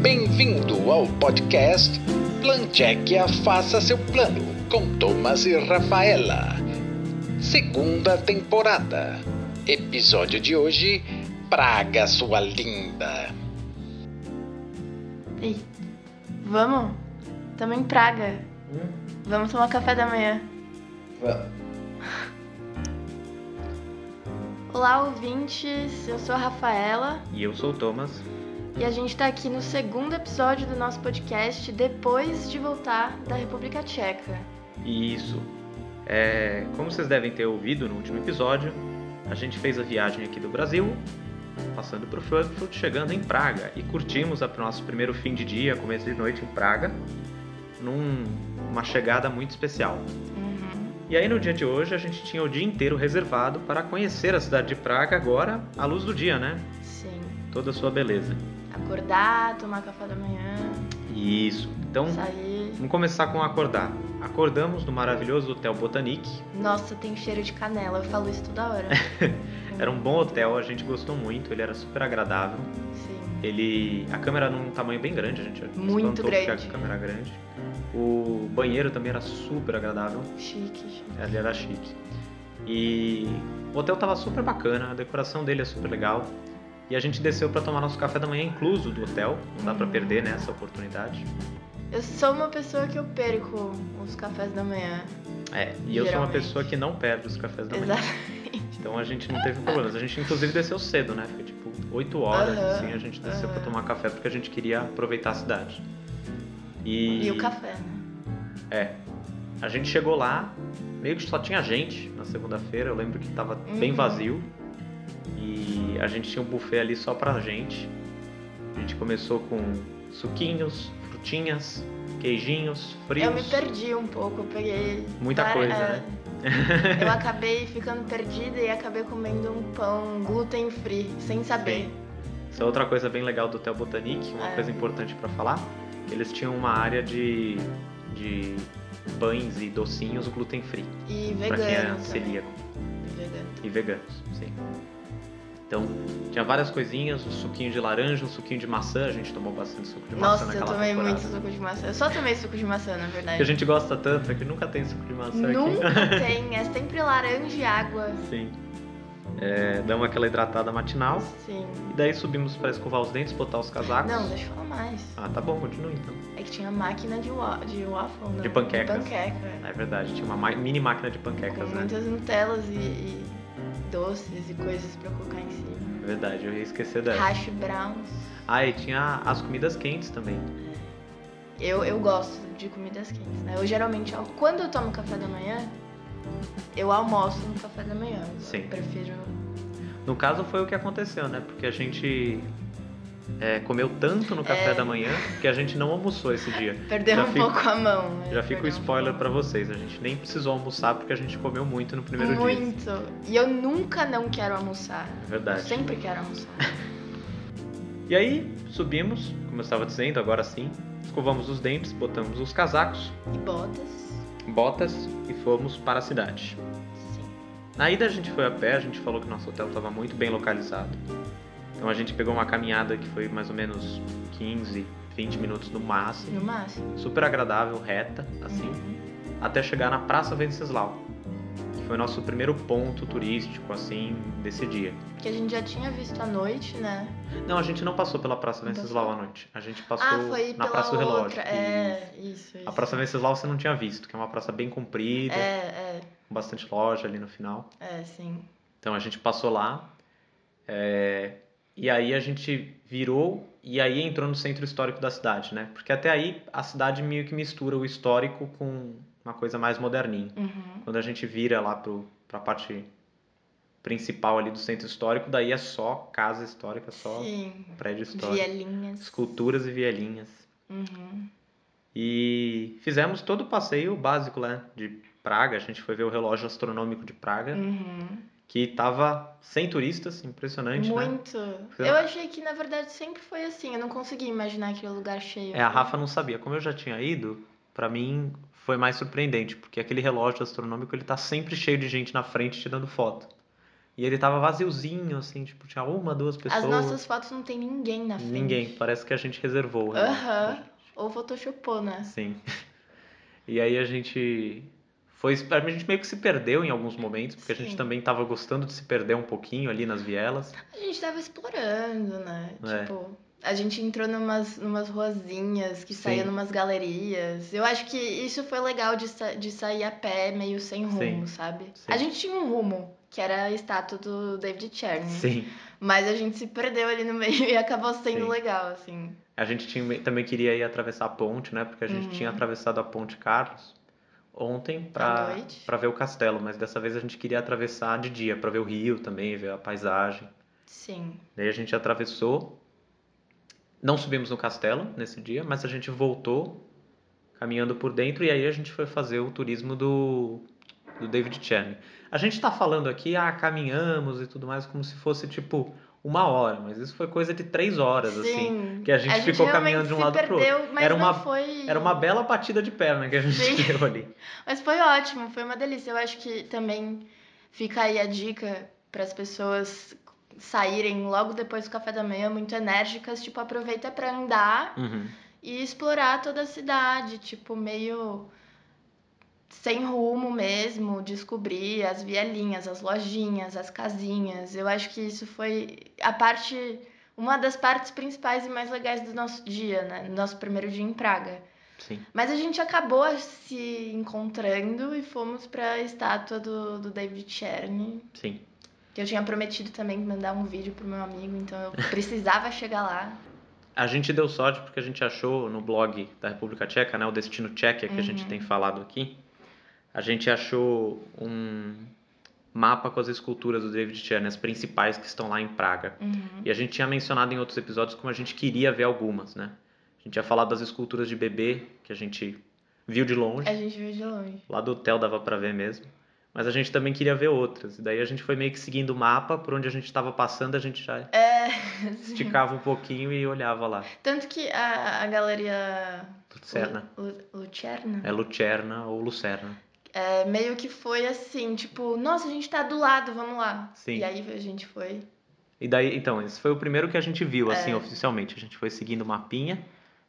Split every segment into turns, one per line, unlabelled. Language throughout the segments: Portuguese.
bem-vindo ao podcast Planchequia Faça Seu Plano com Thomas e Rafaela. Segunda temporada. Episódio de hoje: Praga Sua Linda.
Ei, vamos? Tamo em Praga. Vamos tomar café da manhã. Olá, ouvintes. Eu sou a Rafaela
E eu sou o Thomas.
e a gente tá aqui no segundo episódio do nosso podcast depois de voltar da República Tcheca.
E isso. É, como vocês devem ter ouvido no último episódio, a gente fez a viagem aqui do Brasil, passando por Frankfurt, chegando em Praga e curtimos o nosso primeiro fim de dia, começo de noite em Praga, numa chegada muito especial.
Uhum.
E aí no dia de hoje a gente tinha o dia inteiro reservado para conhecer a cidade de Praga agora à luz do dia, né?
Sim.
Toda a sua beleza.
Acordar, tomar café da manhã,
Isso. Então,
sair.
vamos começar com acordar. Acordamos no maravilhoso Hotel Botanique,
Nossa, tem cheiro de canela. Eu falo isso toda hora.
Era um bom hotel, a gente gostou muito, ele era super agradável.
Sim.
Ele. A câmera era num tamanho bem grande, a gente
Muito
espantou porque
grande.
a câmera era grande. O banheiro também era super agradável,
Chique. chique.
ele era chique. E o hotel tava super bacana, a decoração dele é super legal. E a gente desceu para tomar nosso café da manhã incluso do hotel, não dá para
Hum.
perder né, essa oportunidade.
Eu sou uma pessoa que eu perco os cafés da manhã.
É, e eu sou uma
Geralmente.
pessoa que não perde os cafés da manhã.
Exatamente.
Então a gente não teve problemas. A gente inclusive desceu cedo, né? Foi tipo 8 horas,
Aham,
assim, a gente desceu pra
aham.
tomar café porque a gente queria aproveitar a cidade. E,
E o café, né?
É. A gente chegou lá, meio que só tinha gente na segunda-feira, eu lembro que tava bem
Uhum.
vazio. E a gente tinha um buffet ali só pra gente. A gente começou com suquinhos, frutinhas, queijinhos, frios.
Eu me perdi um pouco, eu peguei.
Muita
Para-
coisa,
é.
né?
Eu acabei ficando perdida e acabei comendo um pão gluten free, sem saber.
Sim. Isso é outra coisa bem legal do Hotel Botanique, uma
É.
coisa importante pra falar. que Eles tinham uma área de, de pães e docinhos gluten free,
E
pra quem é
vegano. tá. também.
celíaco
Vegano.
e veganos, sim. Então, tinha várias coisinhas, um suquinho de laranja, um suquinho de maçã, a gente tomou bastante suco de maçã
Nossa, eu
naquela
tomei
temporada.
muito suco de maçã. Eu só tomei suco de maçã, na
Que a
verdade.
gente gosta tanto, é que nunca tem suco de maçã aqui.
Nunca tem, é sempre laranja e água.
Sim. É, damos aquela hidratada matinal,
Sim.
e daí subimos pra escovar os dentes, botar os casacos.
Não, deixa eu falar mais.
Ah, tá bom, continua então.
É que tinha máquina de, wa de waffle, não.
De panquecas.
panqueca.
É verdade, tinha uma ma- mini máquina de
Com
panquecas, né?
muitas Nutellas e, e doces e coisas pra colocar em cima.
É verdade, eu ia esquecer dessa.
Hash browns.
Ah, e tinha as comidas quentes também.
Eu, eu gosto de comidas quentes, né? Eu geralmente, al- quando eu tomo café da manhã, eu almoço no café da manhã.
Sim.
Eu prefiro.
No caso, foi o que aconteceu, né? Porque a gente é, comeu tanto no café
É.
da manhã que a gente não almoçou esse dia.
Perder
Já
um
fica-
pouco a mão. né?
Já fica o
Perder um
spoiler pra
pouco.
vocês, a gente nem precisou almoçar porque a gente comeu muito no primeiro dia.
Muito. E eu nunca não quero almoçar.
É
Eu
verdade.
sempre quero almoçar.
E aí, subimos, como eu estava dizendo, agora sim. Escovamos os dentes, botamos os casacos,
E botas.
botas e fomos para a cidade.
Sim.
Na ida a gente foi a pé, a gente falou que nosso hotel estava muito bem localizado. Então a gente pegou uma caminhada que foi mais ou menos 15, 20 minutos no máximo,
No máximo.
super agradável, reta, assim,
Uhum.
até chegar na Praça Venceslau, que foi nosso primeiro ponto turístico, assim, desse dia.
Que a gente já tinha visto à noite, né?
Não, a gente não passou pela Praça
Não
Venceslau à
passou?
noite, a gente passou
ah, foi
na
pela
Praça do
outra.
Relógio.
É, isso, isso.
A Praça Venceslau você não tinha visto, que é uma praça bem comprida,
É, é,
com bastante loja ali no final.
é, sim.
Então a gente passou lá, é, e aí a gente virou e aí entrou no centro histórico da cidade, né? Porque até aí a cidade meio que mistura o histórico com uma coisa mais moderninha.
Uhum.
Quando a gente vira lá pro, pra parte principal ali do centro histórico, daí é só casa histórica, É só
Sim.
prédio histórico,
Vielinhas.
esculturas e vielinhas.
Uhum.
E fizemos todo o passeio básico, né? De Praga, a gente foi ver o relógio astronômico de Praga,
Uhum.
que tava sem turistas, impressionante, né?
Muito.
Você-
Eu achei que, na verdade, sempre foi assim. Eu não conseguia imaginar aquele lugar cheio.
É, a Rafa não sabia. Como eu já tinha ido, pra mim foi mais surpreendente, porque aquele relógio astronômico ele tá sempre cheio de gente na frente tirando foto. E ele tava vaziozinho, assim, tipo, tinha uma, duas pessoas.
As nossas fotos não tem ninguém na frente.
Ninguém. Parece que a gente reservou. né?
Aham. Ou photoshopou, né?
Sim. E aí a gente foi, a gente meio que se perdeu em alguns momentos, porque a gente
Sim.
também tava gostando de se perder um pouquinho ali nas vielas.
A gente tava explorando, né?
É.
Tipo, a gente entrou numas, numas ruazinhas que
Sim.
saíam numas galerias. Eu acho que isso foi legal de, sa- de sair a pé meio sem rumo, sabe?
Sim.
A gente tinha um rumo, que era a estátua do David Chern.
Sim.
Mas a gente se perdeu ali no meio e acabou sendo
Sim.
legal, assim.
A gente tinha, também queria ir atravessar a ponte, né? Porque a gente
Uhum.
tinha atravessado a ponte Carlos ontem
À
pra
noite.
para ver o castelo, mas dessa vez a gente queria atravessar de dia pra ver o rio também, ver a paisagem.
Sim.
Daí a gente atravessou. Não subimos no castelo nesse dia, mas a gente voltou caminhando por dentro e aí a gente foi fazer o turismo do, do David Chern. A gente tá falando aqui, ah, caminhamos e tudo mais, como se fosse tipo uma hora, mas isso foi coisa de três horas, assim.
Sim.
Que a gente, ficou
realmente
caminhando de um
se
lado pro outro.
perdeu, Mas
Era uma-
não foi...
Era uma bela batida de perna que a gente
Sim.
deu ali.
Mas foi ótimo, foi uma delícia. Eu acho que também fica aí a dica para as pessoas saírem logo depois do café da manhã muito enérgicas, tipo aproveita para andar
Uhum.
e explorar toda a cidade, tipo meio sem rumo mesmo, descobrir as vielinhas, as lojinhas, as casinhas. Eu acho que isso foi a parte uma das partes principais e mais legais do nosso dia, né? Do Nosso primeiro dia em Praga.
Sim.
Mas a gente acabou se encontrando e fomos pra estátua do, do David Chern,
Sim.
que eu tinha prometido também mandar um vídeo pro meu amigo, então eu precisava chegar lá.
A gente deu sorte porque a gente achou no blog da República Tcheca, né, o Destino Tcheca, que a gente
Uhum.
tem falado aqui, a gente achou um mapa com as esculturas do David Chern, as principais que estão lá em Praga.
Uhum.
E a gente tinha mencionado em outros episódios como a gente queria ver algumas, né? A gente tinha falado das esculturas de bebê, que a gente viu de longe.
A gente viu de longe.
Lá do hotel dava pra ver mesmo. Mas a gente também queria ver outras. E daí a gente foi meio que seguindo o mapa, por onde a gente estava passando, a gente já
É, sim.
esticava um pouquinho e olhava lá.
Tanto que a, a galeria
Lucerna.
Lu- Lu- Lucerna
É Lucerna ou Lucerna.
é, meio que foi assim, tipo, nossa, a gente tá do lado, vamos lá.
Sim.
E aí a gente foi.
E daí, então, esse foi o primeiro que a gente viu,
É.
assim, oficialmente. A gente foi seguindo o mapinha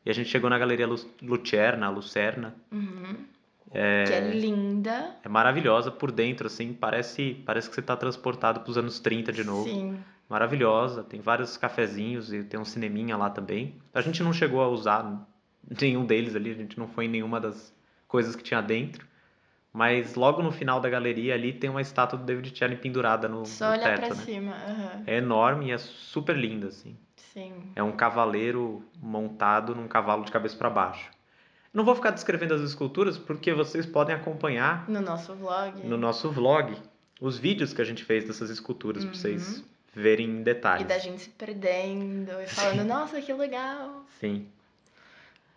e a gente chegou na galeria Lu Lucerna, Lucerna.
Uhum. Que é linda.
É maravilhosa por dentro, assim, parece, parece que você tá transportado pros anos 30 tá de novo.
Sim.
Maravilhosa, tem vários cafezinhos e tem um cineminha lá também. A gente não chegou a usar nenhum deles ali, a gente não foi em nenhuma das coisas que tinha dentro. Mas logo no final da galeria ali tem uma estátua do David Chern pendurada no,
Só
no
olhar
teto,
pra
né?
cima. aham.
É enorme e é super linda, assim.
Sim.
É um cavaleiro montado num cavalo de cabeça para baixo. Não vou ficar descrevendo as esculturas porque vocês podem acompanhar
No nosso vlog.
no nosso vlog os vídeos que a gente fez dessas esculturas para vocês verem em
Uhum. E
detalhes.
da gente se perdendo e falando, nossa, que legal.
Sim.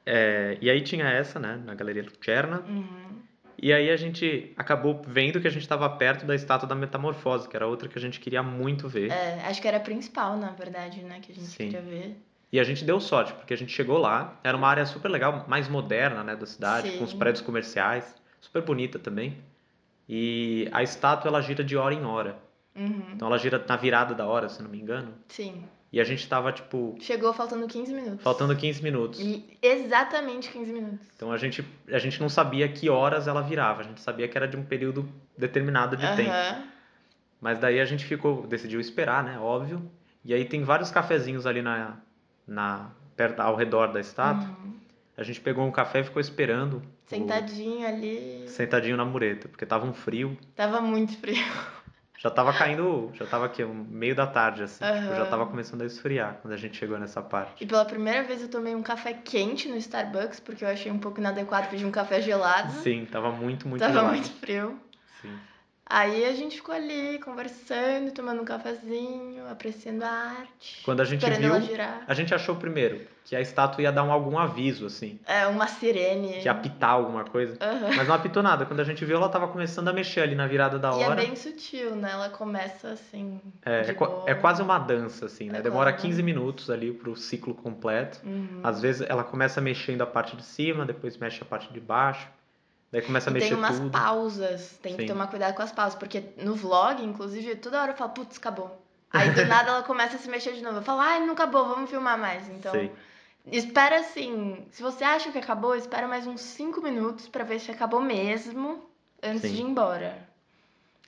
É, e aí tinha essa, né, na Galeria Lucerna.
Uhum.
E aí a gente acabou vendo que a gente estava perto da estátua da Metamorfose, que era outra que a gente queria muito ver.
É, acho que era a principal, na verdade, né? Que a gente
Sim.
queria ver.
E a gente deu sorte, porque a gente chegou lá, era uma área super legal, mais moderna, né, da cidade,
Sim.
com os prédios comerciais, super bonita também. E a estátua ela gira de hora em hora.
Uhum.
Então ela gira na virada da hora, se não me engano.
Sim.
E a gente tava tipo
Chegou faltando 15 minutos.
faltando 15 minutos.
E exatamente 15 minutos.
Então a gente a gente não sabia que horas ela virava, a gente sabia que era de um período determinado de tempo.
Aham.
Mas daí a gente ficou, decidiu esperar, né? Óbvio. E aí tem vários cafezinhos ali na, na perto, ao redor da estátua.
Uhum.
A gente pegou um café e ficou esperando. o-
Sentadinho ali.
sentadinho na mureta, porque tava um frio.
Tava muito frio.
Já tava caindo, já tava aqui, um meio da tarde, assim. Tipo,
Aham.
já tava começando a esfriar quando a gente chegou nessa parte.
E pela primeira vez eu tomei um café quente no Starbucks, porque eu achei um pouco inadequado pedir um café gelado.
Sim, tava muito, muito
Tava
gelado.
muito frio.
Sim.
Aí a gente ficou ali conversando, tomando um cafezinho, apreciando a arte.
Quando a gente
esperando
viu,
ela girar.
a gente achou primeiro que a estátua ia dar um, algum aviso, assim.
É, uma sirene.
Que ia apitar alguma coisa.
Aham.
Mas não apitou nada. Quando a gente viu, ela tava começando a mexer ali na virada da
E é
hora.
bem sutil, né? Ela começa assim.
É,
de
é qua-
boa.
é quase uma dança, assim, né?
É
Demora
quase uma
15 minutos ali pro ciclo completo.
Uhum.
Às vezes ela começa mexendo a parte de cima, depois mexe a parte de baixo. Daí começa a
E
mexer
tem umas
tudo.
pausas, tem
Sim.
que tomar cuidado com as pausas, porque no vlog, inclusive, toda hora eu falo, putz, acabou. Aí do nada ela começa a se mexer de novo. Eu falo, ai, não acabou, vamos filmar mais. Então,
Sei.
espera assim. Se você acha que acabou, espera mais uns 5 minutos pra ver se acabou mesmo antes
Sim.
de ir embora.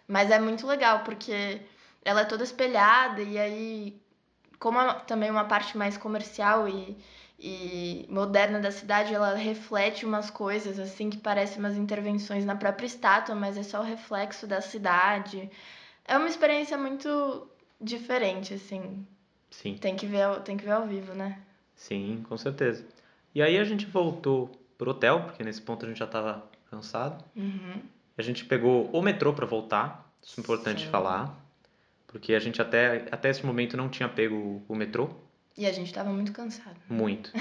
Mas é muito legal, porque ela é toda espelhada, e aí, como é também uma parte mais comercial e e moderna da cidade, ela reflete umas coisas assim que parecem umas intervenções na própria estátua, mas é só o reflexo da cidade. É uma experiência muito diferente, assim.
Sim,
Tem que ver, ao- tem que ver ao vivo, né?
sim, com certeza. E aí a gente voltou pro hotel, porque nesse ponto a gente já tava cansado.
Uhum.
A gente pegou o metrô para voltar, isso é importante
Sim.
falar, porque a gente até, até esse momento não tinha pego o metrô
E a gente tava muito cansado.
muito.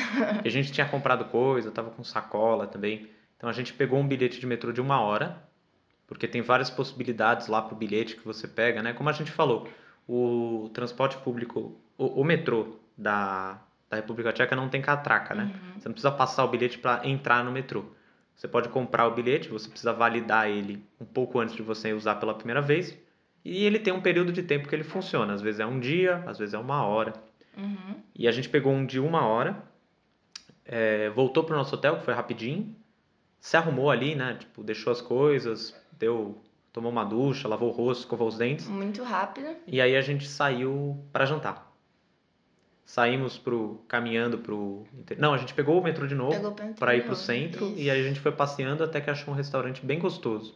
e a gente tinha comprado coisa, tava com sacola também. Então a gente pegou um bilhete de metrô de uma hora, porque tem várias possibilidades lá pro bilhete que você pega, né? Como a gente falou, o transporte público, o, o metrô da, da República Tcheca não tem catraca, né?
Uhum.
Você não precisa passar o bilhete para entrar no metrô. Você pode comprar o bilhete, você precisa validar ele um pouco antes de você usar pela primeira vez. E ele tem um período de tempo que ele funciona. Às vezes é um dia, às vezes é uma hora.
Uhum.
E a gente pegou um de uma hora, é, voltou pro nosso hotel, que foi rapidinho, se arrumou ali, né? Tipo, deixou as coisas, deu, tomou uma ducha, lavou o rosto, escovou os dentes.
Muito rápido.
E aí a gente saiu para jantar. Saímos pro caminhando pro inter- não, a gente pegou o metrô de novo
Pegou pra entrar
para ir
de
pro
novo.
centro
Isso.
e aí a gente foi passeando até que achou um restaurante bem gostoso.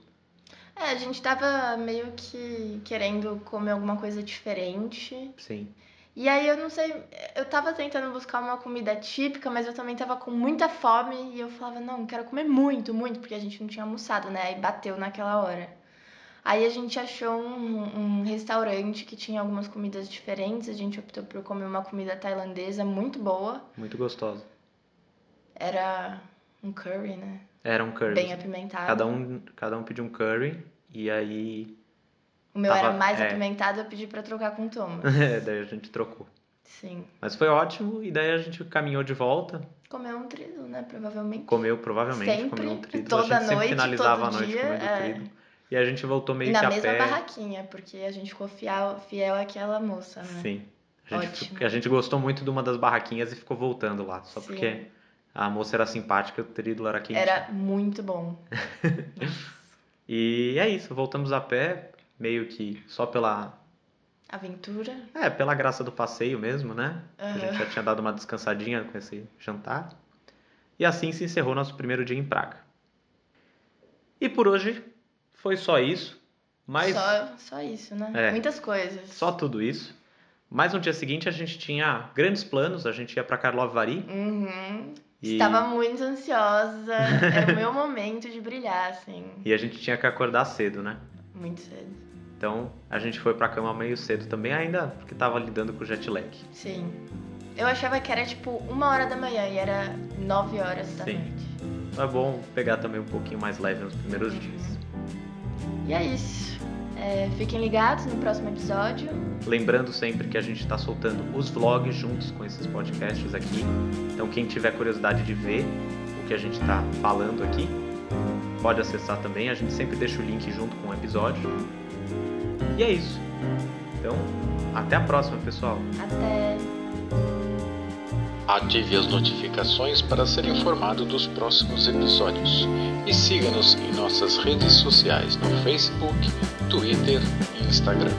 É, a gente tava meio que querendo comer alguma coisa diferente.
Sim.
E aí eu não sei, eu tava tentando buscar uma comida típica, mas eu também tava com muita fome e eu falava, não, quero comer muito, muito, porque a gente não tinha almoçado, né? Aí bateu naquela hora. Aí a gente achou um, um restaurante que tinha algumas comidas diferentes, a gente optou por comer uma comida tailandesa muito boa.
Muito gostoso.
Era um curry, né?
Era um curry.
Bem apimentado.
Cada um cada um pediu um curry e aí
o meu era
tava-
mais
é.
apimentado, eu pedi pra trocar com o Thomas.
daí a gente trocou.
Sim.
Mas foi ótimo e daí a gente caminhou de volta,
Comeu um trigo, né? Provavelmente.
comeu provavelmente,
Sempre,
comeu um trigo,
toda
a gente sempre
noite,
finalizava
todo
a noite
dia,
comendo
é.
trigo. E a gente voltou meio
E
que
na
a
mesma
pé.
barraquinha, porque a gente ficou fiel, fiel àquela moça, né?
Sim. A gente,
Ótimo.
fi- a gente gostou muito de uma das barraquinhas e ficou voltando lá. Só
Sim.
porque a moça era simpática, o trigo era quente.
Era muito bom.
E é isso, voltamos a pé, meio que só pela.
Aventura.
É, pela graça do passeio mesmo, né? A gente
Aham.
já tinha dado uma descansadinha com esse jantar. E assim se encerrou nosso primeiro dia em Praga. E por hoje foi só isso. Mas
Só, só isso, né?
É.
Muitas coisas.
só tudo isso. Mas no dia seguinte a gente tinha grandes planos, a gente ia pra Karlovari.
Uhum.
E...
Estava muito ansiosa. Era o meu momento de brilhar, assim.
E a gente tinha que acordar cedo, né?
Muito cedo.
Então a gente foi pra cama meio cedo também, ainda porque tava lidando com o jet lag.
Sim. Eu achava que era tipo uma hora da manhã e era nove horas da
Sim.
noite.
Então é bom pegar também um pouquinho mais leve nos primeiros dias.
E é isso. É, fiquem ligados no próximo episódio.
Lembrando sempre que a gente tá soltando os vlogs juntos com esses podcasts aqui. Então quem tiver curiosidade de ver o que a gente tá falando aqui, pode acessar também. A gente sempre deixa o link junto com o episódio. E é isso. Então, até a próxima, pessoal.
Até.
Ative as notificações para ser informado dos próximos episódios e siga-nos em nossas redes sociais no Facebook, Twitter e Instagram.